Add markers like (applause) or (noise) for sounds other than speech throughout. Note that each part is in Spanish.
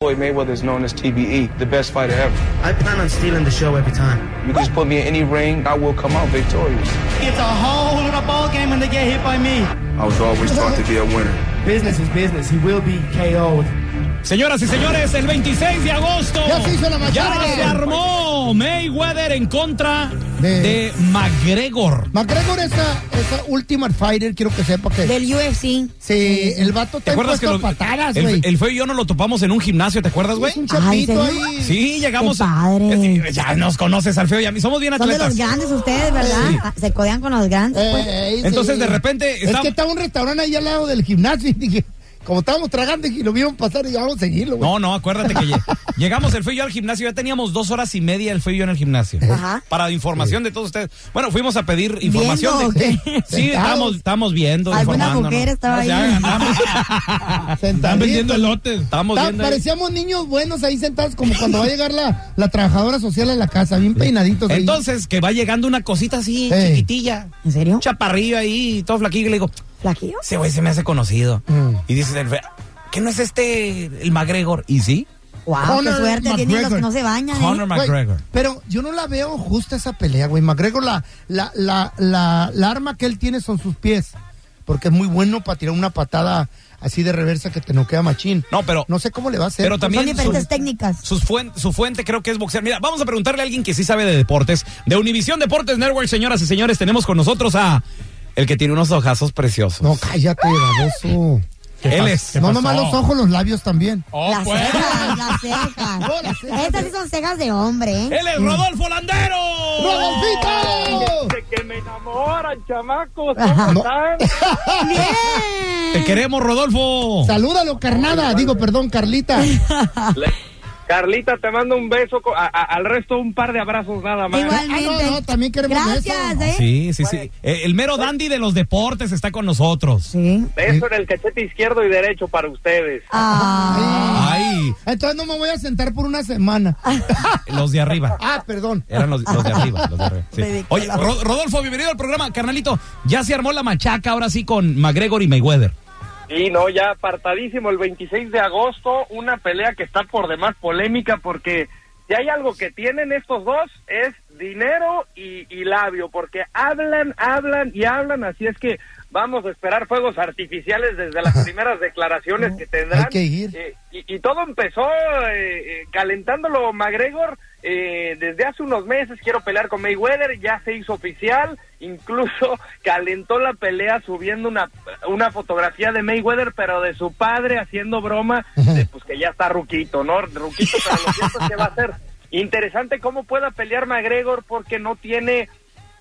Floyd Mayweather is known as TBE, the best fighter ever. I plan on stealing the show every time. You just put me in any ring, I will come out victorious. It's a whole other ball game when they get hit by me. I was always taught to be a winner. Business is business. He will be KO'd. Señoras y señores, el 26 de agosto Ya se hizo la ya machaca. se armó Mayweather en contra De- de McGregor. McGregor esa, esa Ultimate Fighter, quiero que sepa que. Del UFC. Sí, el vato ¿Te te ha acuerdas que puesto lo- patadas, el, güey. el feo y yo nos lo topamos en un gimnasio, ¿te acuerdas, güey? Es un Ay, chapito ¿en serio? ahí. Eh, Sí, llegamos. Qué padre. Eh, Ya nos conoces al feo y a mí. Somos bien Son de atletas. los grandes ustedes, ¿verdad? Sí. Ah, Se codean con los grandes. Eh, pues. Ey, Entonces, de repente, Es está- que estaba un restaurante ahí al lado del gimnasio. (laughs) y dije, como estábamos tragando y lo vieron pasar, y vamos a seguirlo, güey. No, no, acuérdate que lle- (laughs) llegamos el feo y yo al gimnasio. Ya teníamos dos horas y media el feo y yo en el gimnasio. Ajá. Para información de todos ustedes. Bueno, fuimos a pedir información. ¿Viendo de- o qué? (laughs) sí, estábamos, estábamos viendo. Alguna informándonos. mujer estaba O sea, ahí. andamos- (laughs) Sentaditos. elotes. Estamos Ta- viendo. ahí. parecíamos niños buenos ahí sentados, como cuando va a llegar la, la trabajadora social a la casa, bien peinaditos. ahí. Entonces, que va llegando una cosita así, Ey. chiquitilla. ¿En serio? Un chaparrillo ahí, todo flaquillo. Y le digo, ¿Flaquillo? ese güey se me hace conocido. Mm. Y dices, el fe- ¿qué no es este el McGregor? Y sí, Wow, Conor qué suerte tienen los McGregor. que no se bañan. ¿eh? Conor Güey, McGregor. pero yo no la veo justa esa pelea, güey. McGregor, la, la, la, la, la arma que él tiene son sus pies. Porque es muy bueno para tirar una patada así de reversa que te noquea machín. No, pero- No sé cómo le va a hacer. pero también- Son diferentes son- técnicas. Sus fuen- su fuente creo que es boxear. Mira, vamos a preguntarle a alguien que sí sabe de deportes. De Univisión Deportes Network, señoras y señores, tenemos con nosotros a el que tiene unos ojazos preciosos. No, cállate, baboso. Él es. No, nomás los ojos, los labios también. Oh. las pues. (laughs) cejas, las cejas. pues. (laughs) No, las cejas. Estas sí son cejas de hombre, ¿eh? (laughs) Él es Rodolfo Landero. ¡Rodolfito! De que me enamoran, (laughs) chamacos. Ajá. ¿Cómo están? Te ¡Bien! ¿eh? queremos, Rodolfo. Salúdalo, carnada. Digo, perdón, Carlita. Le- Carlita, te mando un beso. co- a- a- al resto, un par de abrazos nada más. Igualmente. Ah, no, no, también queremos Gracias, eso. ¿eh? Sí, sí, sí. Eh, El mero dandy de los deportes está con nosotros. Sí. Beso en el cachete izquierdo y derecho para ustedes. Ah, Ay, Entonces no me voy a sentar por una semana. (laughs) los de arriba. Ah, perdón. Eran los, los de arriba. los de arriba, sí. Ridículo. Oye, Ro- Rodolfo, bienvenido al programa. Carnalito, ya se armó la machaca ahora sí con McGregor y Mayweather. Y no, ya apartadísimo el 26 de agosto, una pelea que está por demás polémica porque si hay algo que tienen estos dos es dinero y, y labio, porque hablan, hablan y hablan, así es que vamos a esperar fuegos artificiales (laughs) desde las primeras declaraciones que tendrán. Hay que ir. Eh, y, y todo empezó eh, eh, calentándolo McGregor eh, desde hace unos meses. Quiero pelear con Mayweather, ya se hizo oficial. Incluso (laughs) calentó la pelea subiendo una, una fotografía de Mayweather, pero de su padre haciendo broma, de, pues que ya está Ruquito, ¿no? Ruquito, pero lo cierto es que va a ser interesante cómo pueda pelear McGregor porque no tiene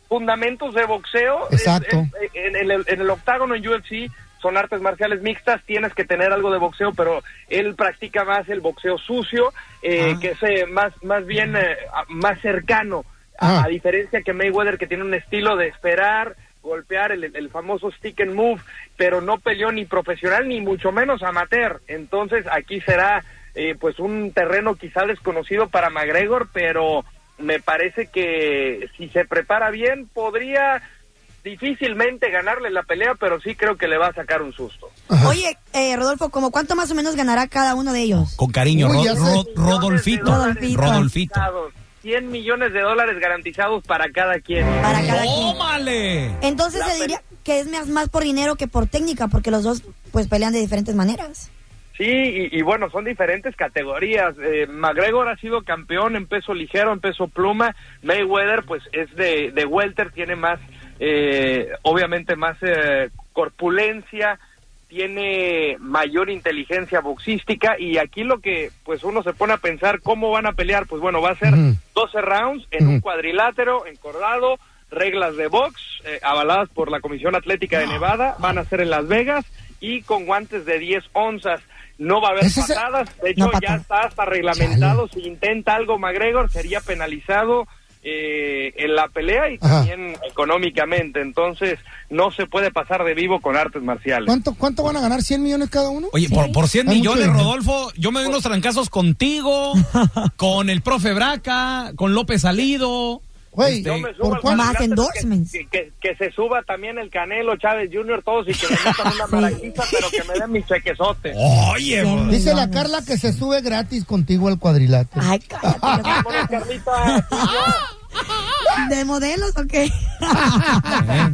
fundamentos de boxeo. Es- Exacto. es- Eh, en, en el, en el octágono en UFC son artes marciales mixtas, tienes que tener algo de boxeo, pero él practica más el boxeo sucio, eh, que es eh, más, más bien eh, a- más cercano, a, Ah. a diferencia que Mayweather, que tiene un estilo de esperar, golpear, el, el famoso stick and move, pero no peleó ni profesional ni mucho menos amateur. Entonces aquí será eh, pues un terreno quizá desconocido para McGregor, pero me parece que si se prepara bien podría difícilmente ganarle la pelea, pero sí creo que le va a sacar un susto. Oye, eh, Rodolfo, ¿como cuánto más o menos ganará cada uno de ellos? Con cariño, Uy, Ro- ya sé. Ro- Rodolfito. Rodolfito. Rodolfito. Garantizados, 100 millones de dólares garantizados para cada quien. Para cada quien. ¡Tómale! Entonces La se pel- diría que es más, más por dinero que por técnica, porque los dos pues pelean de diferentes maneras. Sí, y, y bueno, son diferentes categorías. Eh, McGregor ha sido campeón en peso ligero, en peso pluma. Mayweather, pues, es de, de welter, tiene más, eh, obviamente, más eh, corpulencia, tiene mayor inteligencia boxística. Y aquí lo que, pues, uno se pone a pensar, ¿cómo van a pelear? Pues, bueno, va a ser Ujú. 12 rounds en un Ujú. cuadrilátero, encordado, reglas de box, eh, avaladas por la Comisión Atlética de Nevada, van a ser en Las Vegas y con guantes de 10 onzas. no va a haber Ese es el- patadas. De hecho, No, ya patada. está hasta reglamentado. Si intenta algo McGregor, sería penalizado eh, en la pelea y Ajá. también económicamente. Entonces, no se puede pasar de vivo con artes marciales. ¿Cuánto, ¿Cuánto van a ganar? ¿100 millones cada uno? Oye, por, por 100 Hay mucho millones, dinero. Rodolfo, yo me doy unos trancazos (laughs) contigo, con el profe Braca, con López Salido. Este, Güey, Yo me ¿por al cuánto? Más Canelo, endorsements. Que, que- que se suba también el Canelo, Chávez Jr., todos y que me metan (laughs) una maraquita, pero que me den mis chequesotes. Oye, Cien bro. Dice la millones. Carla que se sube gratis contigo al cuadrilátero. Ay, (laughs) cállate. Vámonos, Carlita. ¿De modelos o qué? Eh,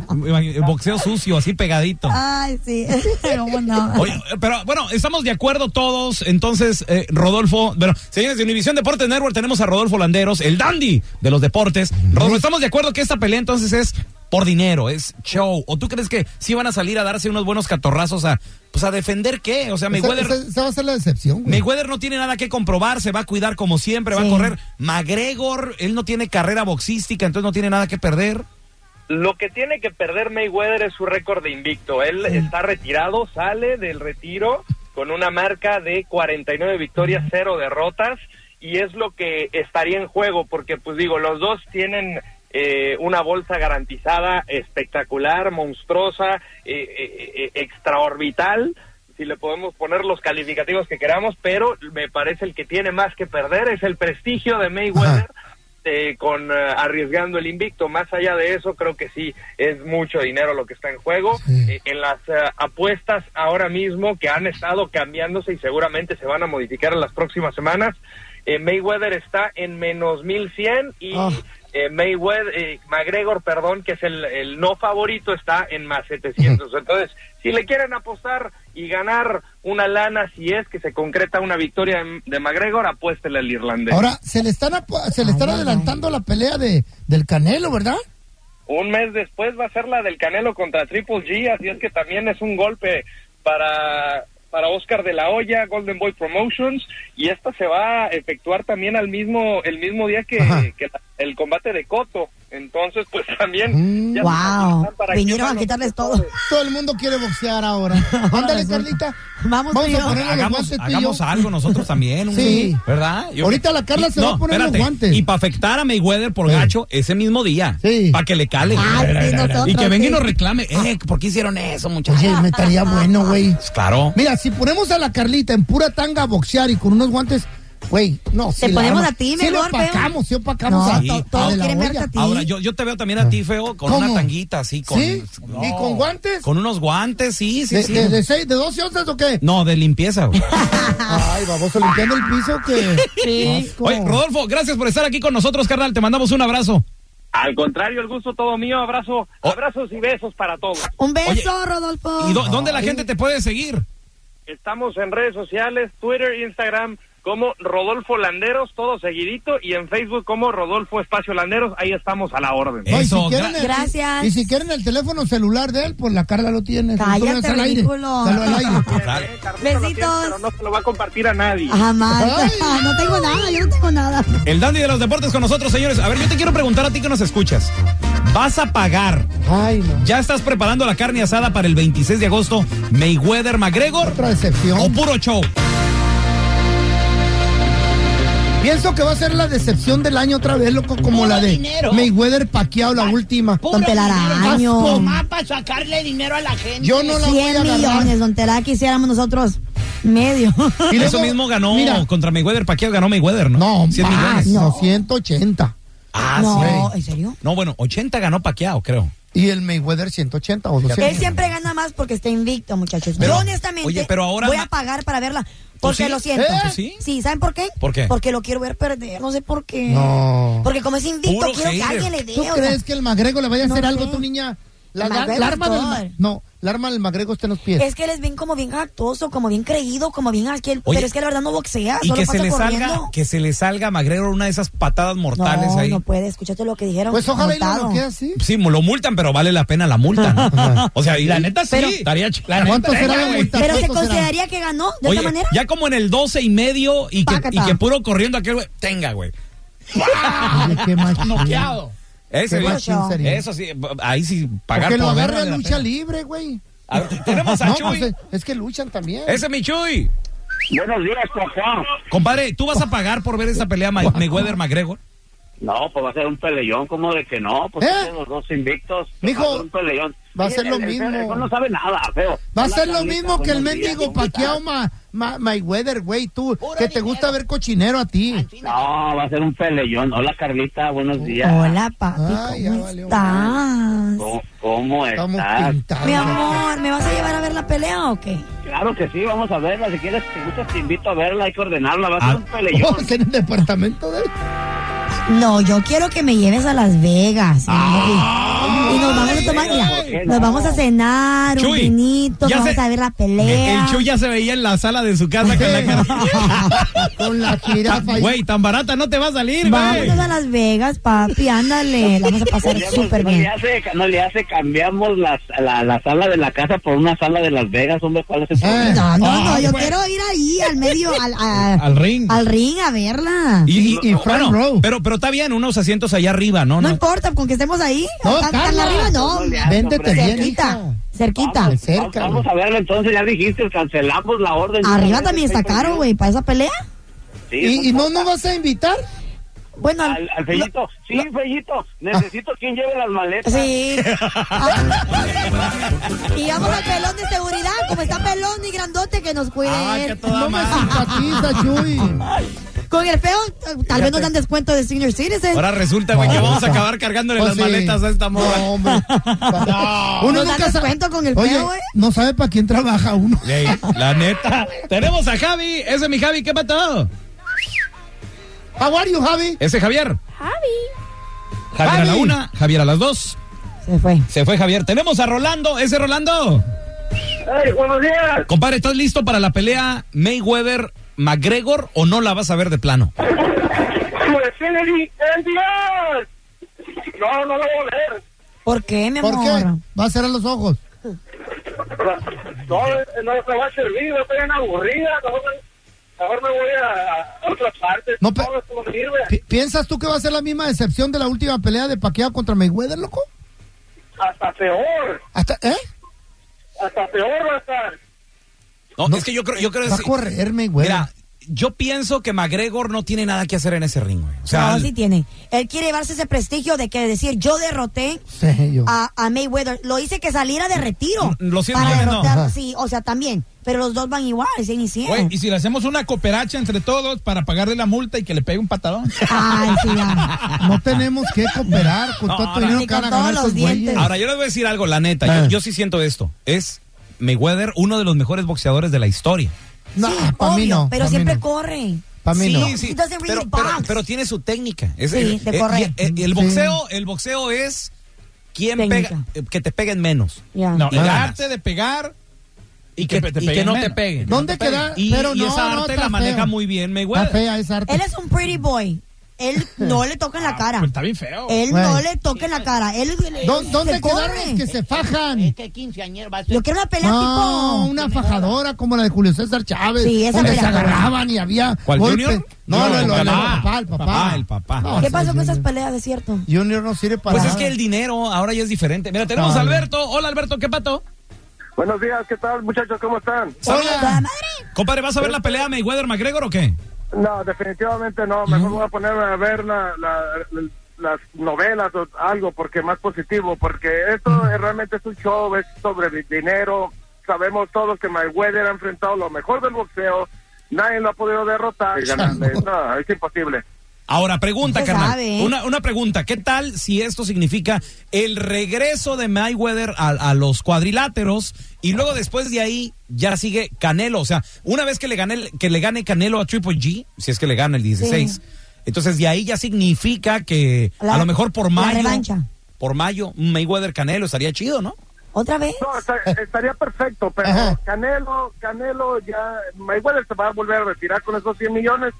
imagi- boxeo sucio, así pegadito. Ay, sí. ¿Cómo no? Oye, pero bueno, estamos de acuerdo todos. Entonces, eh, Rodolfo, bueno, señores de Univisión Deportes Network, tenemos a Rodolfo Landeros, el dandy de los deportes. Rodolfo, estamos de acuerdo que esta pelea entonces es por dinero, es show. ¿O tú crees que sí van a salir a darse unos buenos catorrazos a, pues a defender qué? O sea, Esa- Mayweather, esa- esa va a ser la decepción, güey. Mayweather no tiene nada que comprobar, se va a cuidar como siempre, va a Sí. correr. McGregor, él no tiene carrera boxística, entonces no tiene nada que perder. Lo que tiene que perder Mayweather es su récord de invicto. Él está retirado, sale del retiro con una marca de 49 victorias, cero derrotas, y es lo que estaría en juego, porque pues digo, los dos tienen eh, una bolsa garantizada espectacular, monstruosa, eh, eh, eh, extraorbital, si le podemos poner los calificativos que queramos, pero me parece el que tiene más que perder es el prestigio de Mayweather eh, con eh, arriesgando el invicto. Más allá de eso, creo que sí es mucho dinero lo que está en juego. Sí. Eh, en las eh, apuestas ahora mismo que han estado cambiándose y seguramente se van a modificar en las próximas semanas, eh, Mayweather está en menos 1100 y Ah. eh, Mayweather, eh, McGregor, perdón, que es el, el no favorito, está en más 700. Entonces, si le quieren apostar y ganar una lana, si es que se concreta una victoria de, de McGregor, apuéstele al irlandés. Ahora, se le están, apo- se le Ay, están ay, adelantando la pelea de, del Canelo, ¿verdad? Un mes después va a ser la del Canelo contra Triple G, así es que también es un golpe para, para Oscar de la Hoya, Golden Boy Promotions, y esta se va a efectuar también al mismo, el mismo día que, Ajá. que la- el combate de Coto. Entonces, pues también... Mm. ya se Wow. preparan para Vinieron quitar a los quitarles todo. mejores. Todo el mundo quiere boxear (laughs) ahora. Ándale, resulta. Carlita. Vamos, Vamos a Toño. ponerle los Hagamos, guantes tú y hagamos yo. algo nosotros también. hombre. Sí. ¿Verdad? Ahorita la Carla se va a poner los guantes. Y para afectar a Mayweather por Sí. gacho ese mismo día. Sí. Para que le cale. Ay, sí, nosotros, y que venga y sí. nos reclame. Eh, ¿por qué hicieron eso, muchachos? Oye, me estaría bueno, güey. Pues claro. Mira, si ponemos a la Carlita en pura tanga a boxear y con unos guantes, güey, no. sí Te la ponemos arma. a ti, Sí, mejor, lo opacamos, feo. sí opacamos No, a, to- a todos de la quieren verte olla. a ti. Ahora, yo, yo te veo también a ti, Feo, con ¿Cómo? una tanguita así. Con, ¿Sí? ¿Y No. con guantes? Con unos guantes, sí, sí, ¿De, sí. de, de seis- de 12 onzas o qué? No, de limpieza. güey. Ay, baboso, limpiando el piso que. (laughs) Sí. Oye, Rodolfo, gracias por estar aquí con nosotros, carnal. Te mandamos un abrazo. Al contrario, el gusto todo mío, abrazo, abrazos y besos para todos. Un beso, Oye, Rodolfo. ¿Y dó- dónde la gente te puede seguir? Estamos en redes sociales, Twitter, Instagram, como Rodolfo Landeros, todo seguidito, y en Facebook como Rodolfo Espacio Landeros, ahí estamos a la orden. Eh. Eso, gra- el- Gracias. Y si quieren el teléfono celular de él, pues la Carla lo tiene. Tú Cállate, lo das al aire. ridículo. Dalo al aire. Dale, eh, Carlita lo tiene, Besitos. pero no se lo va a compartir a nadie. Jamás. Ay. (laughs) No tengo nada, yo no tengo nada. El dandy de los deportes con nosotros, señores. A ver, yo te quiero preguntar a ti que nos escuchas. ¿Vas a pagar? Ay, no. ¿Ya estás preparando la carne asada para el 26 de agosto? ¿Mayweather McGregor Otra o decepción. puro show? Pienso que va a ser la decepción del año otra vez, loco, como la de Mayweather Paquiao, la última. Don Telaraño. Ah, para sacarle dinero a la gente. Yo no la voy a 100 agarrar. millones, don Tela, quisiéramos nosotros medio. Y luego- Eso mismo ganó Mira, contra Mayweather. Pacquiao ganó Mayweather, ¿no? no, 100 más, millones. no, 180. Ah, (laughs) no, sí. ¿en serio? No, bueno, 80 ganó Pacquiao, creo. Y el Mayweather 180 o Él 200. siempre gana más porque está invicto, muchachos. Pero- Yo honestamente oye, pero ahora voy ma- a pagar para verla. Porque sí? lo siento. ¿Eh? ¿Tú sí? ¿saben por qué? ¿Por qué? Porque lo quiero ver perder, no sé por qué. No. Porque como es invicto, Puro quiero que hater. alguien le dé. ¿Tú o sea, crees que el Magrego le vaya a no hacer algo a sé. tu niña? La, El la- Magrego la arma del actor. Ma- No, la arma del Magrego está en los pies. Es que él es bien como bien actoso, como bien creído, como bien aquel, Oye, pero es que la verdad no boxea, Y Ah, solo que pasa se, le corriendo. salga, que se le salga a McGregor una de esas patadas mortales no, ahí. no puede, escúchate lo que dijeron. Pues ojalá y no montado. lo quede (laughs) así. Sí, lo multan, pero vale la pena la multa. ¿no? o sea, y la neta sí. Pero- estaría ch- la ¿Cuánto neta, será venga, la güey. multa? Pero se ¿Cuánto será? consideraría que ganó de Oye, esta manera. ya como en el 12 y medio y que, y Pácata. que puro corriendo aquel güey. Tenga, güey. Ah, Oye, qué machín. Ese, Qué güey. machín sería. Eso sí, b- ahí sí pagar Porque lo por verlo agarre vale a la lucha pena. libre, güey. A ver, tenemos a No, Chuy. pues, es que luchan también. Ese es mi Chuy. Buenos días, papá. Compadre, ¿tú vas a pagar por ver esa pelea Ma- Mayweather McGregor? No, pues va a ser un peleón, como de que no, pues ¿Eh? son los dos invictos. Mijo, va a ser un peleón. va a ser Sí, lo el- el- mismo. el- el- no sabe nada, feo. Va a La ser lo carnita, mismo que el buenos días, mendigo ¿cómo estás? Paquiao ma, ma- Mayweather, güey, tú, Puro que te dinero. gusta ver cochinero a ti. No, va a ser un peleón. Hola, Carlita, buenos días. Oh, Hola, papi, Ah, ya ¿cómo valió estás? ¿Cómo, cómo Estamos estás? pintados. Mi amor, ¿me vas a llevar a ver la pelea o qué? Claro que sí, vamos a verla. Si quieres, si gustas, te invito a verla. Hay que ordenarla. Va a ser Ah. un peleón. en el departamento de él. No, yo quiero que me lleves a Las Vegas. hombre. y nos vamos a tomar, mira, ¿por qué no? nos vamos a cenar, un Chuy, vinito, ya vamos se- a ver la El pelea. Chuy ya se veía en la sala de su casa con la (laughs) cara. Con la jirafa. Tan- ahí. Güey, tan barata no te va a salir, güey. Vámonos a Las Vegas, papi, ándale, la vamos a pasar Cambiamos- súper Pues, no bien. Le hace, no le hace, cambiamos la, la, la sala de la casa por una sala de Las Vegas, hombre, ¿cuál es el Eh. problema? No, no, no, Ah, yo güey. quiero ir ahí al medio, al, a- Al ring. al ring a verla. Y- y front row. Pero, pero está bien, unos asientos allá arriba, ¿no? No No, importa, con que estemos ahí. No, tan, tan Carla. arriba no. No le hace, Véndete hombre. bien, Cerquita, hija. cerquita. Vamos, cerca, vamos- vamos a verlo entonces, ya dijiste, cancelamos la orden. Arriba también está caro, güey, para esa pelea. Sí, ¿Y, y eso no está- nos vas a invitar? Bueno, Al, al lo- Fellito, sí, Fellito, necesito quien lleve las maletas. (laughs) Sí. Ah. y vamos al pelón de seguridad, como está pelón y grandote, que nos cuide. Ay, él. Ah, que toda No me madre. (laughs) simpatiza, Chuy. Con el feo, tal vez nos dan descuento de senior citizen. Ahora resulta, güey, que vamos a acabar cargándole Pues las sí. maletas a esta morra. No, hombre. Nos dan sabe- descuento con el ¿eh? Oye, feo, güey. no sabe para quién trabaja uno. Ey, la neta. (laughs) Tenemos a Javi. Ese es mi Javi. ¿Qué pasó? How are you, Javi? Ese Javier. Javi. Javier a la Javi. una, Javier a las dos. Se fue. Se fue Javier. Tenemos a Rolando. Ese Rolando. buenos días! Compadre, ¿estás listo para la pelea Mayweather? McGregor o no la vas a ver de plano. Pues, No, no lo voy a ver. ¿Por qué, mi amor? ¿Por qué? Va a cerrar los ojos. No, no te va a servir, no estoy aburrida. Mejor me voy a, otra parte. No, pe- No, sirve. Pi- ¿Piensas tú que va a ser la misma decepción de la última pelea de Paquiao contra Mayweather, loco? Hasta peor, Hasta, ¿Eh? hasta peor va a estar. No, es que yo creo, yo creo Va a que- correr, Mayweather. Mira, yo pienso que McGregor no tiene nada que hacer en ese ring, güey. O sea, no, el- sí tiene. Él quiere llevarse ese prestigio de que decir, yo derroté Sí, yo. a, a Mayweather. Lo hice que saliera de retiro. Lo siento, Para yo no. derrotar, Ajá. sí, o sea, también. Pero los dos van igual, se iniciaron. Güey, y si le hacemos una cooperacha entre todos para pagarle la multa y que le pegue un patadón. Ay, sí, ya. No tenemos que cooperar (laughs) con No, todo no, el dinero ni que van a con ganar esos todos los güeyes. dientes. Ahora, yo les voy a decir algo, la neta. Yo, Ah. yo sí siento esto. Es Mayweather, uno de los mejores boxeadores de la historia. No, Sí, para mí obvio, no. Pero pa' mí siempre no. corre. Pa' mí sí, no. sí. He doesn't really Pero, pero- box. pero tiene su técnica. Es- Sí, el, de eh, correr. y- eh, el boxeo, el boxeo es quien Técnica. pega, eh, que te peguen menos. Ya. No, Y el ganas. arte de pegar Y que, que te y peguen que no te menos. peguen. ¿Dónde queda? Y, pero y no, esa no, arte está la maneja feo. muy bien Está Mayweather. fea esa arte. Él es un pretty boy. Él no le toca en Ah, la cara. pues está bien feo. Él Bueno. no le toca en la cara. Él, él- ¿Dó- se ¿Dónde quedaron corre. los que se fajan? Este quinceañero va a ser. Yo quiero una pelea No, tipo. una fajadora como la de Julio César Chávez. Sí, esa donde se pelea. agarraban y había ¿Cuál, golpes. Junior? No, no, No, no, el no, el papá. papá, el papá. Papá, el papá. No, ¿Qué o sea, pasó con esas Junior- peleas, de cierto? Junior no sirve para Pues es nada. que el dinero ahora ya es diferente. Mira, tenemos a Claro. Alberto. Hola, Alberto, ¿qué pato? Buenos días, ¿qué tal muchachos? ¿Cómo están? ¡La Hola. madre! Compadre, ¿vas a ver la pelea Mayweather-McGregor o qué? No, definitivamente no. Mejor voy a ponerme a ver la- la- la- las novelas o algo, porque más positivo, porque esto es- realmente es un show, es sobre di- dinero. Sabemos todos que Mayweather ha enfrentado lo mejor del boxeo. Nadie lo ha podido derrotar y ganarle. No, es imposible. Ahora, pregunta, Se carnal. sabe, ¿eh? Una, una pregunta. ¿Qué tal si esto significa el regreso de Mayweather a, a los cuadriláteros y luego después de ahí ya sigue Canelo? O sea, una vez que le gane, el- que le gane Canelo a Triple G, si es que le gana el 16, Sí. entonces de ahí ya significa que La- a lo mejor por la mayo. revancha. Por mayo, un Mayweather-Canelo estaría chido, ¿no? ¿Otra vez? (laughs) No, está- estaría perfecto, pero Ajá. Canelo, Canelo ya, Mayweather se va a volver a retirar con esos 100 millones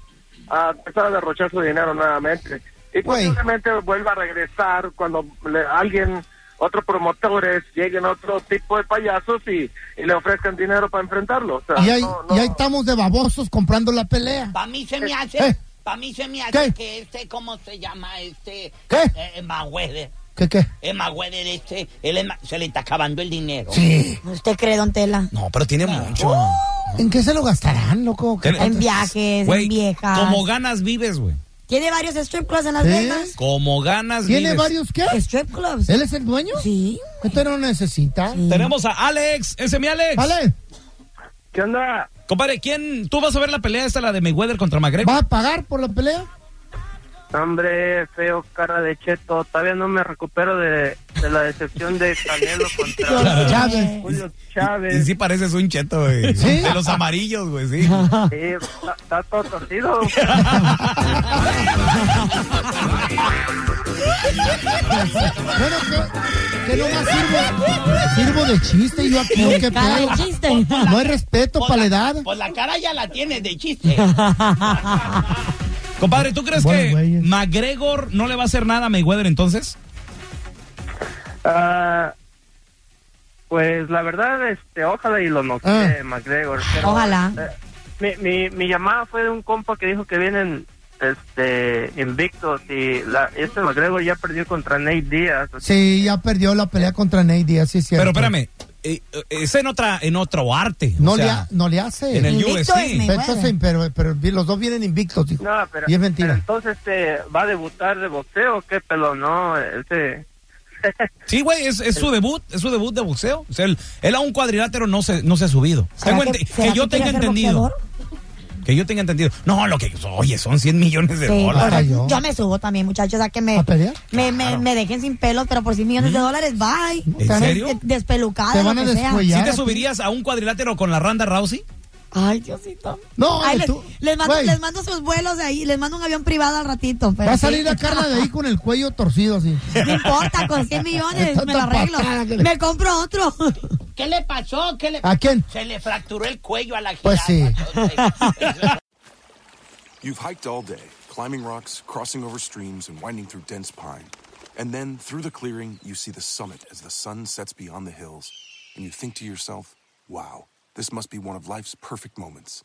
a empezar a derrochar su dinero nuevamente. Y Güey. posiblemente vuelva a regresar cuando le- alguien, otros promotores, lleguen otro tipo de payasos y, y le ofrezcan dinero para enfrentarlo. O sea, Y ahí, no, no. y ahí estamos de babosos comprando la pelea. Para mí se me Eh. hace. Para mí se me hace ¿Qué? que este, ¿cómo se llama este? ¿Qué? Eh, Mayweather. ¿Qué qué? Es más Weather este, él es ma- se le está acabando el dinero. Sí. ¿Usted cree, don Tela? No, pero tiene mucho. Uh, ¿En qué se lo gastarán, loco? ¿Qué Ten- tanto? En viajes, Güey, en viejas. como ganas vives, güey. Tiene varios strip clubs en Las ¿Sí? Vegas. Como ganas ¿Tiene vives. varios qué? ¿Strip clubs? ¿Él es el dueño? Sí. Esto no necesita. Tenemos a Alex. Ese es mi Alex. ¿Vale? ¿Qué onda? Compadre, ¿quién? ¿Tú vas a ver la pelea esta, la de Mayweather contra McGregor? ¿Va a pagar por la pelea? Hombre, feo, cara de cheto. Todavía no me recupero de, de la decepción de Canelo (laughs) contra Chávez. Julio Y Chávez. sí pareces un cheto, güey. ¿Sí? De los amarillos, güey, sí. Sí, está, está todo (laughs) torcido. Bueno, que, que nomás sirvo, sirvo de chiste yo aquí, ¿qué Cara de pedo? chiste. No hay respeto Pues para la la- edad. Pues la cara ya la tienes de chiste. Compadre, ¿tú crees Buenos que güeyes. McGregor no le va a hacer nada a Mayweather entonces? Ah, pues la verdad, este, ojalá y lo noquee McGregor. pero, Ojalá. eh, mi, mi, mi llamada fue de un compa que dijo que vienen este invictos y la, este McGregor ya perdió contra Nate Díaz. Sí, ya perdió la pelea contra Ney Díaz, sí es cierto. Pero espérame, eh, eh, es en otra, en otro arte. o No, sea, le, ha- no le hace. en el Invicto UFC. es Mayweather. Pero, entonces, pero, pero los dos vienen invictos, dijo. No, pero, y es mentira. pero entonces este va a debutar de boxeo, qué pelón, no, este Sí, güey, es, es su debut, es su debut de boxeo. O sea, él, él a un cuadrilátero no se, no se ha subido. ¿Será Tengo ente- será que yo tenga quiere ser entendido. boxeador? Que yo tenga entendido. No, lo que. Oye, son 100 millones de Sí, dólares. Ahora porque yo. yo me subo también, muchachos, a que me, ¿A pelear? me, me, me dejen sin pelos, pero por 100 millones de dólares, bye. ¿Mm? ¿En Tan serio? des- Despelucada, Te van lo a que sea. descuellar. ¿Sí ahora te sí. subirías a un cuadrilátero con la Randa Rousey? Ay, Diosito. No, eh, Ay, les, tú- les mando, güey. les mando sus vuelos de ahí, les mando un avión privado al ratito. pero Va a sí. salir la Carla de ahí con el cuello torcido así. (laughs) No importa, con 100 millones Tanta me lo arreglo. patada que le- Me compro otro. ¿Qué le pasó? ¿Qué le... ¿A quién? Se le fracturó el cuello a la Pues jirafa. sí. You've hiked all day, climbing rocks, crossing over streams, and winding through dense pine. And then, through the clearing, you see the summit as the sun sets beyond the hills. And you think to yourself, wow, this must be one of life's perfect moments.